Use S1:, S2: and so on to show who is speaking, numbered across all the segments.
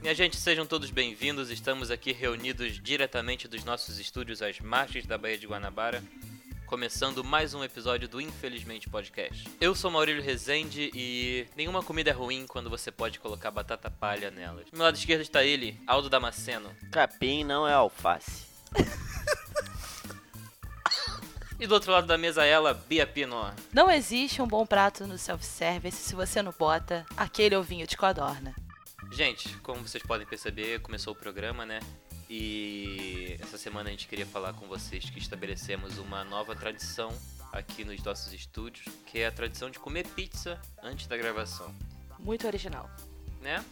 S1: Minha gente, sejam todos bem-vindos. Estamos aqui reunidos diretamente dos nossos estúdios às margens da Baía de Guanabara, começando mais um episódio do Infelizmente Podcast. Eu sou Maurílio Rezende e nenhuma comida é ruim quando você pode colocar batata palha nelas. Do meu lado esquerdo está ele, Aldo Damasceno.
S2: Capim não é alface.
S1: E do outro lado da mesa ela, Bia Pino.
S3: Não existe um bom prato no self-service se você não bota aquele ovinho de codorna.
S1: Gente, como vocês podem perceber, começou o programa, né? E essa semana a gente queria falar com vocês que estabelecemos uma nova tradição aqui nos nossos estúdios, que é a tradição de comer pizza antes da gravação,
S3: Muito original.
S1: né?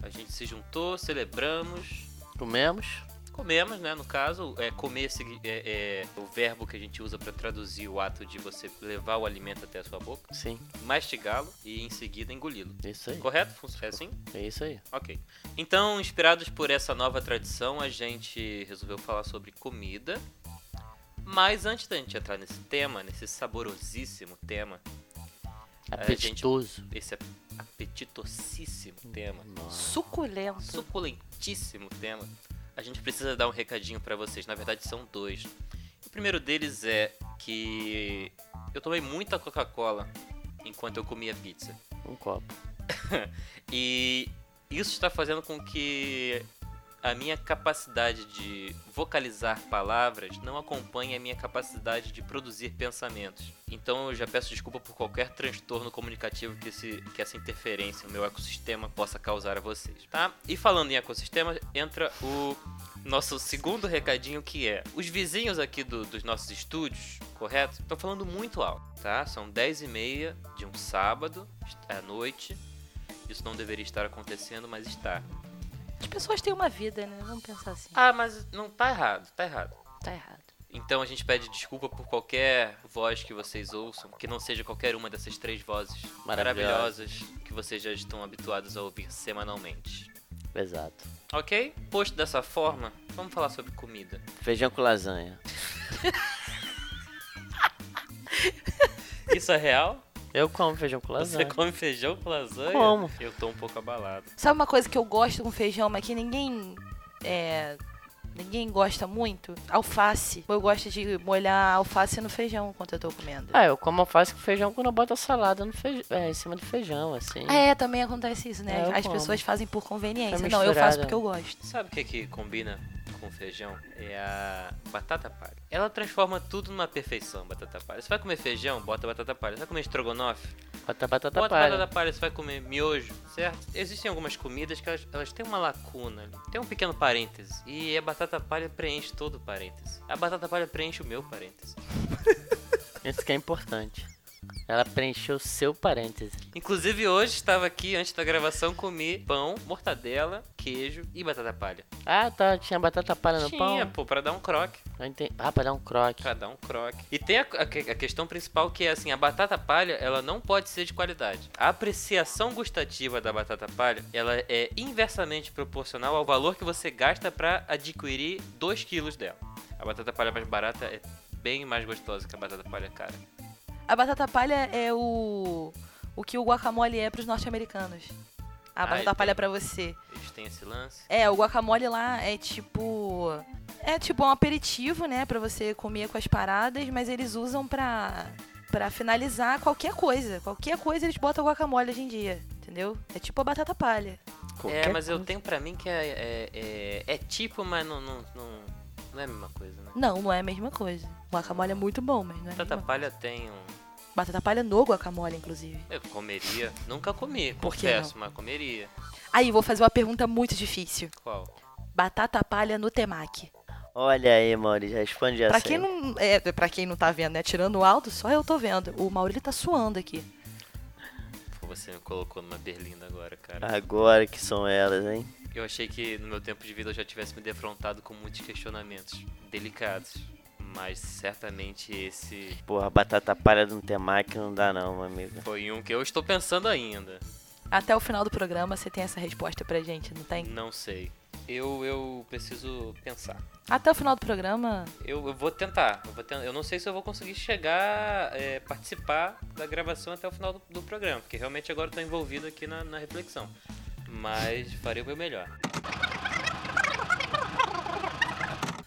S1: A gente se juntou, celebramos,
S2: Comemos?
S1: comemos, né? No caso, é, comer signi- é, é o verbo que a gente usa para traduzir o ato de você levar o alimento até a sua boca,
S2: Sim,
S1: mastigá-lo e em seguida engoli-lo.
S2: isso aí.
S1: Correto? Fun- É assim?
S2: É isso aí.
S1: Ok. Então, inspirados por essa nova tradição, a gente resolveu falar sobre comida. Mas antes da gente entrar nesse tema, nesse saborosíssimo tema,
S2: Apetitoso.
S1: esse ap- apetitosíssimo tema,
S2: Nossa.
S3: Suculento.
S1: suculentíssimo tema, a gente precisa dar um recadinho pra vocês. Na verdade, são dois. O primeiro deles é que eu tomei muita Coca-Cola enquanto eu comia pizza.
S2: Um copo.
S1: E isso está fazendo com que a minha capacidade de vocalizar palavras não acompanhe a minha capacidade de produzir pensamentos. Então eu já peço desculpa por qualquer transtorno comunicativo que, esse, que essa interferência no meu ecossistema possa causar a vocês, tá? E falando em ecossistema, entra o nosso segundo recadinho que é: os vizinhos aqui do- dos nossos estúdios, correto? Estão falando muito alto, tá? São 10 e meia de um sábado à noite. Isso não deveria estar acontecendo, mas está.
S3: As pessoas têm uma vida, né? Vamos pensar assim.
S1: Ah, mas não tá errado, tá errado.
S3: Tá errado.
S1: Então a gente pede desculpa por qualquer voz que vocês ouçam, que não seja qualquer uma dessas três vozes
S2: Maravilhosas.
S1: maravilhosas que vocês já estão habituados a ouvir semanalmente.
S2: Exato.
S1: Ok? Posto dessa forma, vamos falar sobre comida.
S2: Feijão com lasanha.
S1: Isso é real?
S2: Eu como feijão com
S1: Você
S2: lasanha.
S1: come feijão com lasanha?
S2: Como?
S1: Eu tô um pouco abalado.
S3: Sabe uma coisa que eu gosto com feijão, mas que ninguém. É. Ninguém gosta muito? Alface. Eu gosto de molhar alface no feijão enquanto eu tô comendo.
S2: Ah, eu como alface com feijão quando eu boto a salada no feijão, é, em cima do feijão, assim.
S3: É, também acontece isso, né?
S2: É, eu
S3: As
S2: como.
S3: pessoas fazem por conveniência.
S2: Tá
S3: Não, eu
S2: misturada.
S3: faço porque eu gosto.
S1: Sabe o que, que combina com feijão? É a batata palha. Ela transforma tudo numa perfeição, batata palha. Você vai comer feijão? Bota batata palha. Você vai comer estrogonofe?
S3: é.
S2: Bota batata
S1: Bota
S2: palha.
S1: batata palha, você vai comer miojo, certo? Existem algumas comidas que elas, elas têm uma lacuna ali, tem um pequeno parêntese. E a batata palha preenche todo o parêntese. A batata palha preenche o meu parêntese.
S2: Isso que é importante. Ela preencheu o seu parêntese.
S1: Inclusive hoje estava aqui, antes da gravação, comi pão, mortadela, queijo e batata palha.
S2: Ah, tá. Tinha batata palha no
S1: Tinha,
S2: pão?
S1: pô, pra dar um croque.
S2: Eu entendi. Ah, pra dar um croque.
S1: Pra dar um croque. E tem a, a que- a questão principal que é assim, a batata palha, ela não pode ser de qualidade. A apreciação gustativa da batata palha, ela é inversamente proporcional ao valor que você gasta pra adquirir 2 quilos dela. A batata palha mais barata é bem mais gostosa que a batata palha cara.
S3: A batata palha é o o que o guacamole é pros norte-americanos. A
S1: Ah,
S3: batata
S1: então.
S3: palha é pra você.
S1: Eles têm esse lance.
S3: É, o guacamole lá é tipo é tipo um aperitivo, né, Pra você comer com as paradas, mas eles usam pra para finalizar qualquer coisa. Qualquer coisa eles botam guacamole hoje em dia, entendeu? É tipo a batata palha.
S2: Qualquer
S1: é, mas eu
S2: coisa.
S1: tenho pra mim que é, é, é- é tipo, mas não, não, não, não é a mesma coisa, né?
S3: Não, não é a mesma coisa. Guacamole é muito bom, mas não é. a
S1: Batata
S3: mesma-
S1: palha tem um...
S3: Batata palha no guacamole, inclusive.
S1: Eu comeria. Nunca comi,
S3: Por que
S1: confesso, mas comeria.
S3: Aí, vou fazer uma pergunta muito difícil.
S1: Qual?
S3: Batata palha no temaki.
S2: Olha aí, Maurício. Responde essa
S3: Pra
S2: aí.
S3: quem, não, é, pra quem não tá vendo, né? Tirando o Aldo, só eu tô vendo. O Maurílio tá suando aqui.
S1: Pô, Você me colocou numa berlinda agora, cara.
S2: Agora que são elas, hein?
S1: Eu achei que no meu tempo de vida eu já tivesse me defrontado com muitos questionamentos delicados. Mas certamente esse
S2: Porra, batata palha não tem que não dá não, meu amigo.
S1: foi um que eu estou pensando ainda.
S3: Até o final do programa você tem essa resposta pra gente, não tem?
S1: Não sei. Eu, eu preciso pensar.
S3: Até o final do programa.
S1: Eu, eu vou tentar. Eu, vou ten- eu não sei se eu vou conseguir chegar, é, participar da gravação até o final do, do programa, porque realmente agora eu tô envolvido aqui na, na reflexão. mas farei o meu melhor.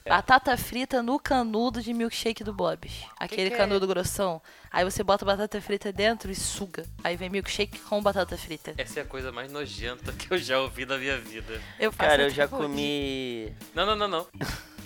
S1: É.
S3: Batata frita no canudo de milkshake do Bob's. Aquele
S1: que é?
S3: canudo grossão. Aí você bota a batata frita dentro e suga. Aí vem milkshake com batata frita.
S1: Essa é a coisa mais nojenta que eu já ouvi na minha vida.
S3: Eu faço
S2: Cara, eu
S3: até
S2: já
S3: hoje.
S2: comi.
S1: Não, não, não, não.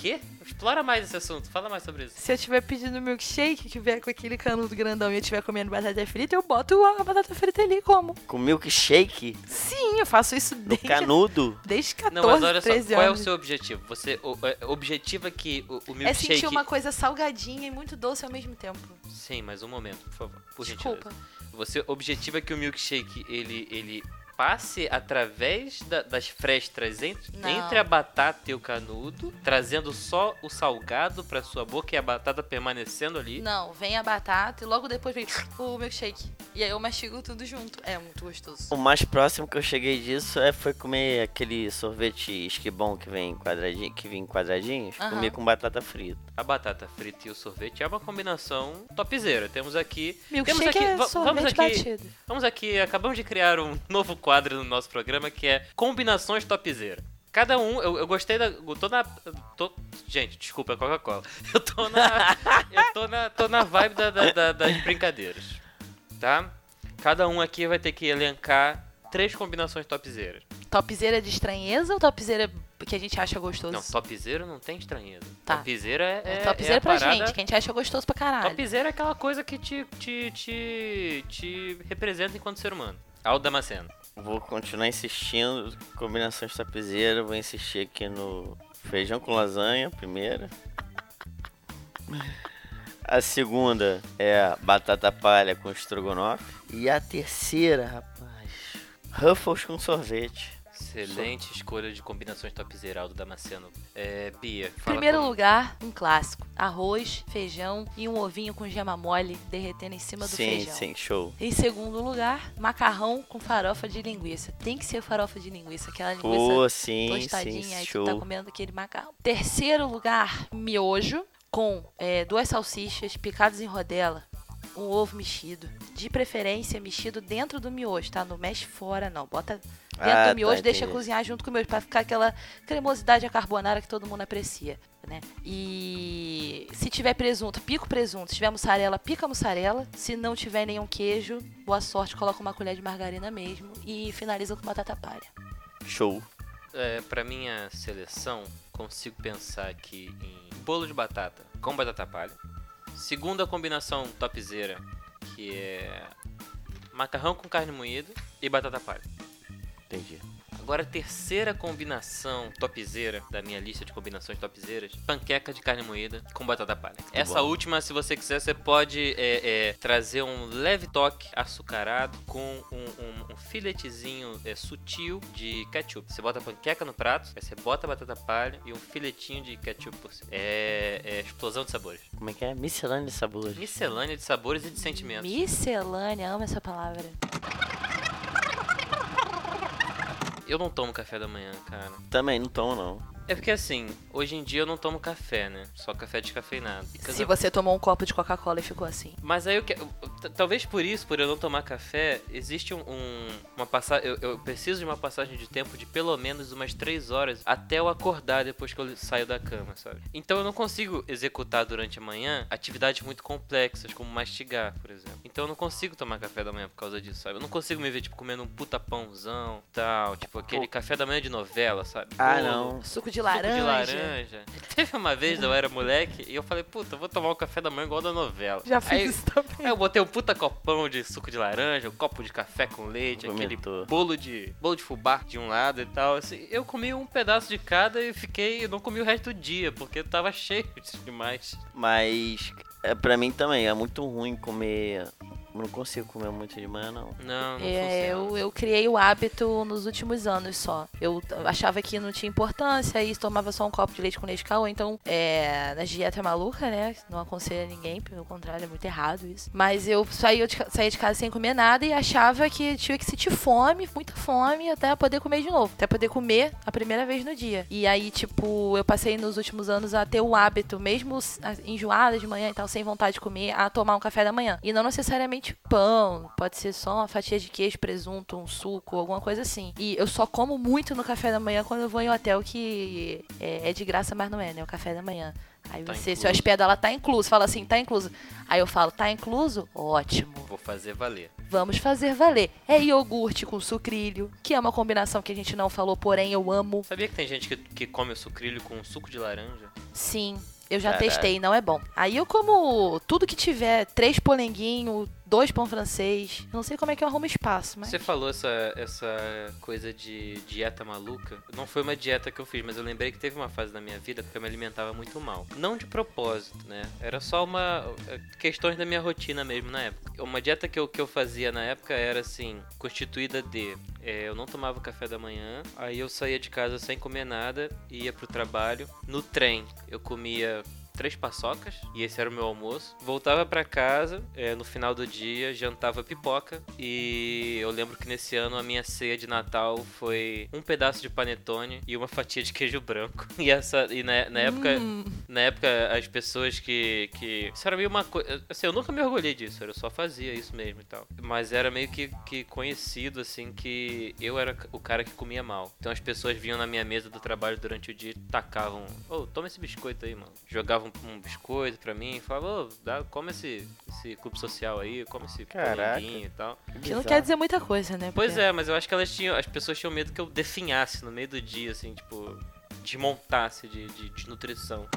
S1: Quê? Explora mais esse assunto, fala mais sobre isso.
S3: Se eu tiver pedindo milkshake, tiver com aquele canudo grandão e eu tiver comendo batata frita, eu boto a batata frita ali e como.
S2: Com milkshake?
S3: Sim, eu faço isso
S2: No
S3: desde,
S2: canudo?
S3: desde
S1: Não,
S3: 14,
S1: mas olha só,
S3: 13
S1: qual é o
S3: anos.
S1: seu objetivo? Você, o, é, o objetivo é que o, o
S3: É
S1: milkshake...
S3: sentir uma coisa salgadinha e muito doce ao mesmo tempo.
S1: Sim, mas um momento, por favor. Por
S3: Desculpa.
S1: gentileza. Você, o objetivo é que o milkshake, ele, ele passe através da- das frestras entre,
S3: Não.
S1: entre a batata e o canudo, trazendo só o salgado pra sua boca e a batata permanecendo ali.
S3: Não, vem a batata e logo depois vem o milkshake. E aí eu mastigo tudo junto. É muito gostoso.
S2: O mais próximo que eu cheguei disso é foi comer aquele sorvete esquibom que vem em quadradinho, que vem em quadradinhos,
S3: Aham.
S2: comi com batata frita.
S1: A batata frita e o sorvete é uma combinação topzera. Temos aqui... temos
S3: Milkshake
S1: aqui
S3: é
S1: va- vamos
S3: sorvete
S1: aqui,
S3: batido.
S1: Vamos aqui, acabamos de criar um novo quadro no nosso programa que é Combinações Topzera. Cada um, eu, eu gostei da. Eu tô na. eu tô- gente, desculpa, é Coca-Cola. Eu tô na. eu tô na, tô na vibe da- da- da- das brincadeiras. Tá? Cada um aqui vai ter que elencar três combinações topzeiras.
S3: Topzeira de estranheza ou topzeira que a gente acha gostoso?
S1: Não, topzeiro não tem estranheza.
S3: Tá.
S1: Topzera é. é-
S3: topzeira
S1: é a
S3: pra
S1: parada...
S3: gente, que a gente acha gostoso pra caralho.
S1: Topzera é aquela coisa que te, te, te, te representa enquanto ser humano. Alda Macena.
S2: Vou continuar insistindo, combinação de tapizeira, vou insistir aqui no feijão com lasanha, a primeira. A segunda é batata palha com estrogonofe. E a terceira, rapaz, Ruffles com sorvete.
S1: Excelente escolha de combinações topzera Aldo Damasceno. É, Bia, fala
S3: Primeiro
S1: comigo.
S3: lugar, um clássico. Arroz, feijão e um ovinho com gema mole derretendo em cima do
S2: sim,
S3: feijão.
S2: sim, show.
S3: Em segundo lugar, macarrão com farofa de linguiça. Tem que ser farofa de linguiça, aquela linguiça
S2: Pô, sim,
S3: tostadinha,
S2: sim,
S3: aí tu tá
S2: show.
S3: comendo aquele macarrão. Terceiro lugar, miojo com é, duas salsichas picadas em rodela, um ovo mexido. De preferência, mexido dentro do miojo, tá? Não mexe fora, não. Bota dentro
S2: Ah,
S3: do miojo,
S2: tá,
S3: deixa
S2: entendi.
S3: cozinhar junto com o miojo, pra ficar aquela cremosidade à carbonara que todo mundo aprecia, né? E se tiver presunto, pica o presunto. Se tiver mussarela, pica a mussarela. Se não tiver nenhum queijo, boa sorte, coloca uma colher de margarina mesmo e finaliza com batata palha.
S2: Show.
S1: É, pra minha seleção, consigo pensar aqui em bolo de batata com batata palha. Segunda combinação topzera, que é macarrão com carne moída e batata palha.
S2: Entendi.
S1: Agora a terceira combinação topzera da minha lista de combinações topzeras, panqueca de carne moída com batata palha. Essa
S2: bom.
S1: última, se você quiser, você pode é, é, trazer um leve toque açucarado com um, um- um filetezinho é, sutil de ketchup. Você bota a panqueca no prato, aí você bota a batata palha e um filetinho de ketchup por cima. É, é explosão de sabores.
S2: Como é que é? Miscelânea de sabores.
S1: Miscelânea de sabores e de sentimentos.
S3: Miscelânea, amo essa palavra.
S1: Eu não tomo café da manhã, cara.
S2: Também, não tomo não.
S1: É porque assim, hoje em dia eu não tomo café, né? Só café descafeinado. Because
S3: Se
S1: eu-
S3: você tomou um copo de Coca-Cola e ficou assim.
S1: Mas aí eu quero. t- Talvez por isso, por eu não tomar café, existe um. um- uma passagem. Eu, eu preciso de uma passagem de tempo de pelo menos umas 3 horas até eu acordar depois que eu saio da cama, sabe? Então eu não consigo executar durante a manhã atividades muito complexas, como mastigar, por exemplo. Então eu não consigo tomar café da manhã por causa disso, sabe? Eu não consigo me ver, tipo, comendo um puta pãozão tal. Tipo, aquele café da manhã de novela, sabe?
S2: Ah,
S1: Bolo,
S2: não.
S3: Um Suco de
S1: suco
S3: laranja.
S1: de laranja. Teve uma vez, eu era moleque, e eu falei, puta, eu vou tomar o café da manhã igual da novela.
S3: Já fiz
S1: Aí-
S3: isso também.
S1: Aí eu botei um puta copão de suco de laranja, um copo de café com leite,
S2: Vomitou.
S1: aquele bolo de bolo de fubá de um lado e tal. assim. eu comi um pedaço de cada e fiquei, eu não comi o resto do dia, porque tava cheio demais.
S2: Mas é, pra mim também, é muito ruim comer. Não consigo comer muito de manhã, não.
S1: Não, não funciona.
S3: É, eu, eu criei o hábito nos últimos anos só. Eu t- achava que não tinha importância e tomava só um copo de leite com Nescau. ou Então, é, na dieta maluca, né? Não aconselho a ninguém, pelo contrário, é muito errado isso. Mas eu saía de, ca- saía de casa sem comer nada e achava que tinha que sentir fome, muita fome, até poder comer de novo. Até poder comer a primeira vez no dia. E aí, tipo, eu passei nos últimos anos a ter o hábito, mesmo s- a- enjoada de manhã e tal, sem vontade de comer, a tomar um café da manhã. E não necessariamente geralmente pão, pode ser só uma fatia de queijo, presunto, um suco, alguma coisa assim. E eu só como muito no café da manhã quando eu vou em hotel que é, é de graça, mas não é, né? O café da manhã. Aí
S1: Tá
S3: você se
S1: incluso.
S3: hospeda lá, tá incluso. Fala assim, tá incluso. Aí eu falo, tá incluso? Ótimo.
S1: Vou fazer valer.
S3: Vamos fazer valer. É iogurte com sucrilho, que é uma combinação que a gente não falou, porém eu amo.
S1: Sabia que tem gente que, que come o sucrilho com suco de laranja?
S3: Sim, eu já
S2: Caraca.
S3: testei, não é bom. Aí eu como tudo que tiver, três polenguinhos, dois pão francês. Eu não sei como é que eu arrumo espaço, mas.
S1: Você falou essa, essa coisa de dieta maluca. Não foi uma dieta que eu fiz, mas eu lembrei que teve uma fase da minha vida que eu me alimentava muito mal. Não de propósito, né? Era só uma. eh, questões da minha rotina mesmo na época. Uma dieta que eu, que eu fazia na época era assim, constituída de. eh, eu não tomava café da manhã, aí eu saía de casa sem comer nada, ia pro trabalho. No trem, eu comia três paçocas e esse era o meu almoço. Voltava pra casa eh, no final do dia, jantava pipoca e eu lembro que nesse ano a minha ceia de Natal foi um pedaço de panetone e uma fatia de queijo branco. E essa e na, na é época
S3: Hum,
S1: na época as pessoas que que isso era meio uma coisa assim eu nunca me orgulhei disso eu só fazia isso mesmo e tal mas era meio que, que conhecido assim que eu era o cara que comia mal então as pessoas vinham na minha mesa do trabalho durante o dia e tacavam ô, toma esse biscoito aí mano jogavam um biscoito pra mim falavam ô, dá, come esse esse clube social aí come esse
S2: Caraca.
S1: polenguinho e tal
S3: que não quer dizer muita coisa, né?
S1: Pois
S3: Porque-
S1: é, mas eu acho que elas tinham. As pessoas tinham medo que eu definhasse no meio do dia, assim, tipo, desmontasse de, de, de nutrição.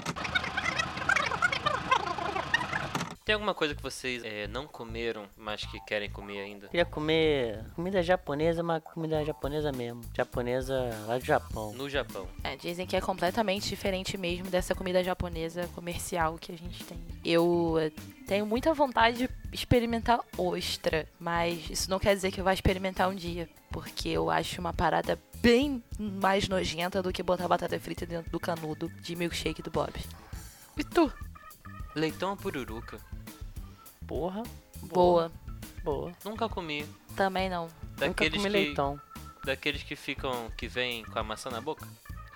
S1: Tem alguma coisa que vocês eh, não comeram, mas que querem comer ainda?
S4: Queria comer comida japonesa, mas comida japonesa mesmo. Japonesa lá do Japão.
S1: No Japão.
S3: É, dizem que é completamente diferente mesmo dessa comida japonesa comercial que a gente tem. Eu eh, tenho muita vontade de experimentar ostra, mas isso não quer dizer que eu vá experimentar um dia, porque eu acho uma parada bem mais nojenta do que botar batata frita dentro do canudo de milkshake do Bob. E tu?
S1: Leitão à pururuca.
S4: Porra.
S3: Boa.
S4: Boa.
S1: Nunca comi.
S3: Também não.
S4: Nunca
S1: Daqueles
S4: comi
S1: que,
S4: leitão.
S1: daqueles que ficam. que vêm com a maçã na boca.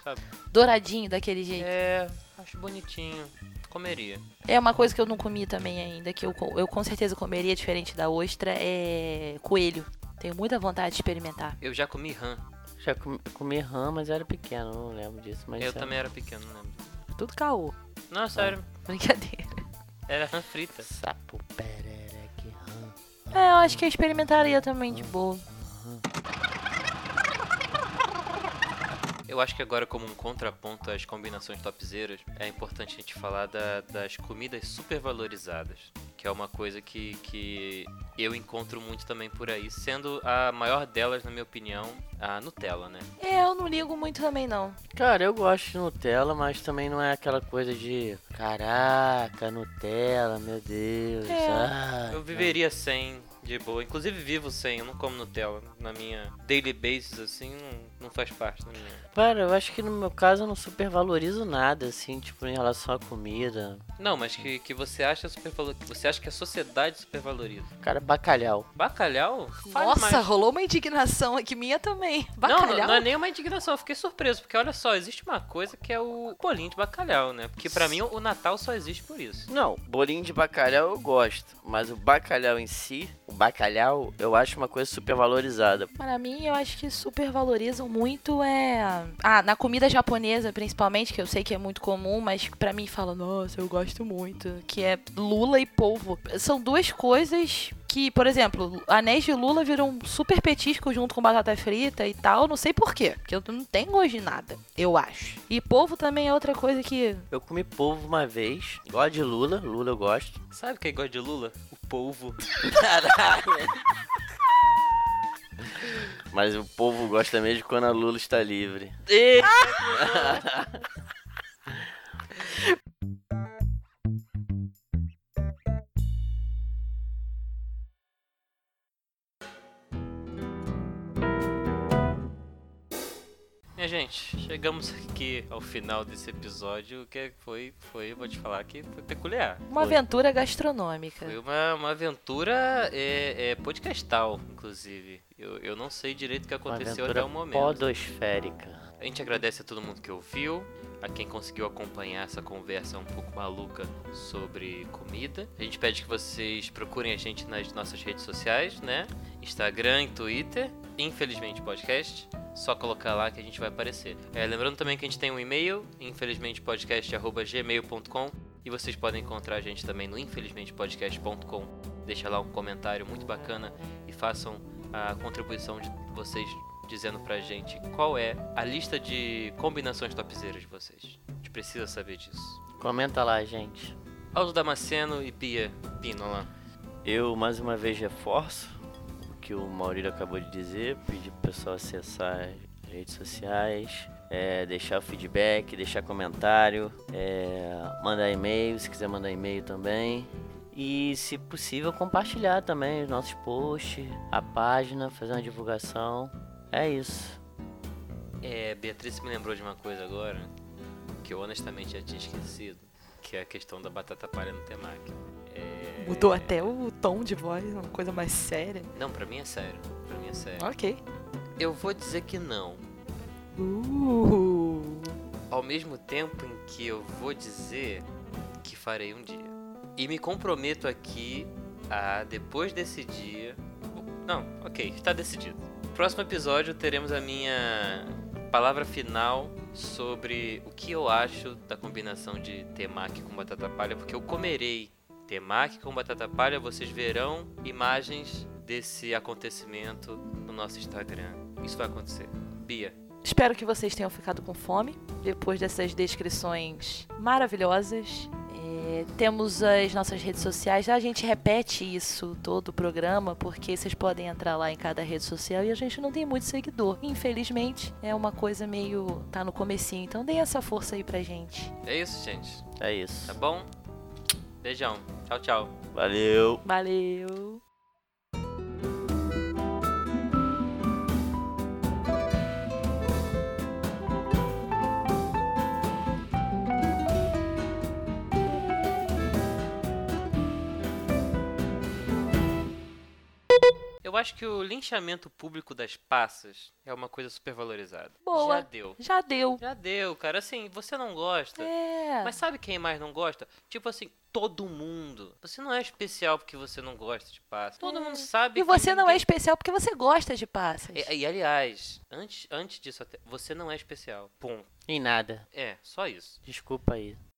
S1: Sabe?
S3: Douradinho daquele jeito.
S1: É, acho bonitinho. Comeria.
S3: É. uma coisa que eu não comi também ainda, que eu, co- eu com certeza comeria diferente da ostra, é coelho. Tenho muita vontade de experimentar.
S1: Eu já comi rã.
S4: Já comi, comi rã, mas eu era pequeno, não lembro disso. Mas
S1: Eu
S4: é-
S1: também era pequeno, não lembro.
S3: Tudo caô.
S1: Não, sério.
S3: Brincadeira.
S4: Ah.
S1: Era rã frita.
S4: Sapo perereque rã.
S3: É, eu acho que eu experimentaria também de boa.
S1: Eu acho que agora, como um contraponto às combinações topzeiras, é importante a gente falar da- das comidas supervalorizadas, que é uma coisa que, que eu encontro muito também por aí, sendo a maior delas, na minha opinião, a Nutella, né?
S3: É, eu não ligo muito também não.
S4: Cara, eu gosto de Nutella, mas também não é aquela coisa de caraca, Nutella, meu Deus.
S3: É.
S4: ah,
S1: Eu viveria sem, de boa. Inclusive vivo sem, eu não como Nutella. Na minha daily basis, assim, não, não faz parte da minha...
S4: Cara, eu acho que no meu caso eu não supervalorizo nada, assim, tipo, em relação à comida.
S1: Não, mas que, que você acha supervalor... que Você acha que a sociedade supervaloriza.
S4: Cara, bacalhau.
S1: Bacalhau? Fale
S3: Nossa,
S1: mais.
S3: rolou uma indignação aqui minha também.
S1: Não,
S3: Bacalhau?
S1: Não, não é nem uma indignação, eu fiquei surpreso, porque olha só, existe uma coisa que é o bolinho de bacalhau, né? Porque pra mim o Natal só existe por isso.
S2: Não, bolinho de bacalhau eu gosto, mas o bacalhau em si, o bacalhau, eu acho uma coisa super valorizada.
S3: Para mim, eu acho que supervalorizam muito é... Ah, na comida japonesa, principalmente, que eu sei que é muito comum, mas pra mim fala, nossa, eu gosto muito, que é lula e polvo. São duas coisas que, por exemplo, anéis de lula viram um super petisco junto com batata frita e tal, não sei porquê, porque eu não tem gosto de nada, eu acho. E polvo também é outra coisa que...
S4: Eu comi polvo uma vez, gosto de lula, lula eu gosto.
S1: Sabe quem gosta de Lula? O polvo.
S2: Mas o povo gosta mesmo quando a Lula está livre.
S1: Minha gente, chegamos aqui ao final desse episódio, que foi, foi vou te falar que foi peculiar.
S3: Uma aventura gastronômica.
S1: Foi uma, uma aventura é, é, podcastal, inclusive. Eu, eu não sei direito o que
S4: Uma
S1: aconteceu
S4: aventura
S1: até é o momento.
S4: Podosférica.
S1: A gente agradece a todo mundo que ouviu, a quem conseguiu acompanhar essa conversa um pouco maluca sobre comida. A gente pede que vocês procurem a gente nas nossas redes sociais, né? Instagram e Twitter. Infelizmente Podcast. Só colocar lá que a gente vai aparecer. É, lembrando também que a gente tem um e-mail, infelizmentepodcast.gmail.com e vocês podem encontrar a gente também no infelizmentepodcast.com. Deixa lá um comentário muito bacana e façam a contribuição de vocês dizendo pra gente qual é a lista de combinações topzeiras de vocês. A gente precisa saber disso.
S4: Comenta lá, gente.
S1: Aldo Damasceno e Pia Pínola.
S2: Eu mais uma vez reforço o que o Maurílio acabou de dizer, pedir pro pessoal acessar as redes sociais, é, deixar o feedback, deixar comentário, é, mandar e-mail, se quiser mandar e-mail também.
S4: E, se possível, compartilhar também os nossos posts, a página, fazer uma divulgação. É isso.
S1: É, Beatriz me lembrou de uma coisa agora que eu honestamente já tinha esquecido, que é a questão da batata palha no temaki. É...
S3: Mudou até o tom de voz, uma coisa mais séria.
S1: Não, pra mim é sério. Pra mim é sério.
S3: Ok.
S1: Eu vou dizer que não.
S3: Uh,
S1: Ao mesmo tempo em que eu vou dizer que farei um dia. E me comprometo aqui a, depois desse dia. Não, ok, está decidido. Próximo episódio teremos a minha palavra final sobre o que eu acho da combinação de temaki com batata palha, porque eu comerei temaki com batata palha, vocês verão imagens desse acontecimento no nosso Instagram. Isso vai acontecer. Bia,
S3: espero que vocês tenham ficado com fome depois dessas descrições maravilhosas. É, temos as nossas redes sociais. A gente repete isso todo o programa, porque vocês podem entrar lá em cada rede social e a gente não tem muito seguidor. Infelizmente, é uma coisa meio. tá no comecinho. Então deem essa força aí pra gente.
S1: é isso, gente.
S2: É
S1: Tá
S2: isso.
S1: bom? Beijão. Tchau, tchau.
S2: Valeu!
S3: Valeu!
S1: Eu acho que o linchamento público das passas é uma coisa super valorizada.
S3: Boa.
S1: Já deu.
S3: Já deu.
S1: Já deu, cara. Assim, você não gosta.
S3: É.
S1: Mas sabe quem mais não gosta? Tipo assim, todo mundo. Você não é especial porque você não gosta de passa. Todo mundo sabe
S3: E
S1: que
S3: você não é
S1: ninguém-
S3: especial porque você gosta de passas.
S1: E, e, aliás, antes, antes disso até, você não é especial. Ponto.
S4: E nada.
S1: É, só isso.
S4: Desculpa aí.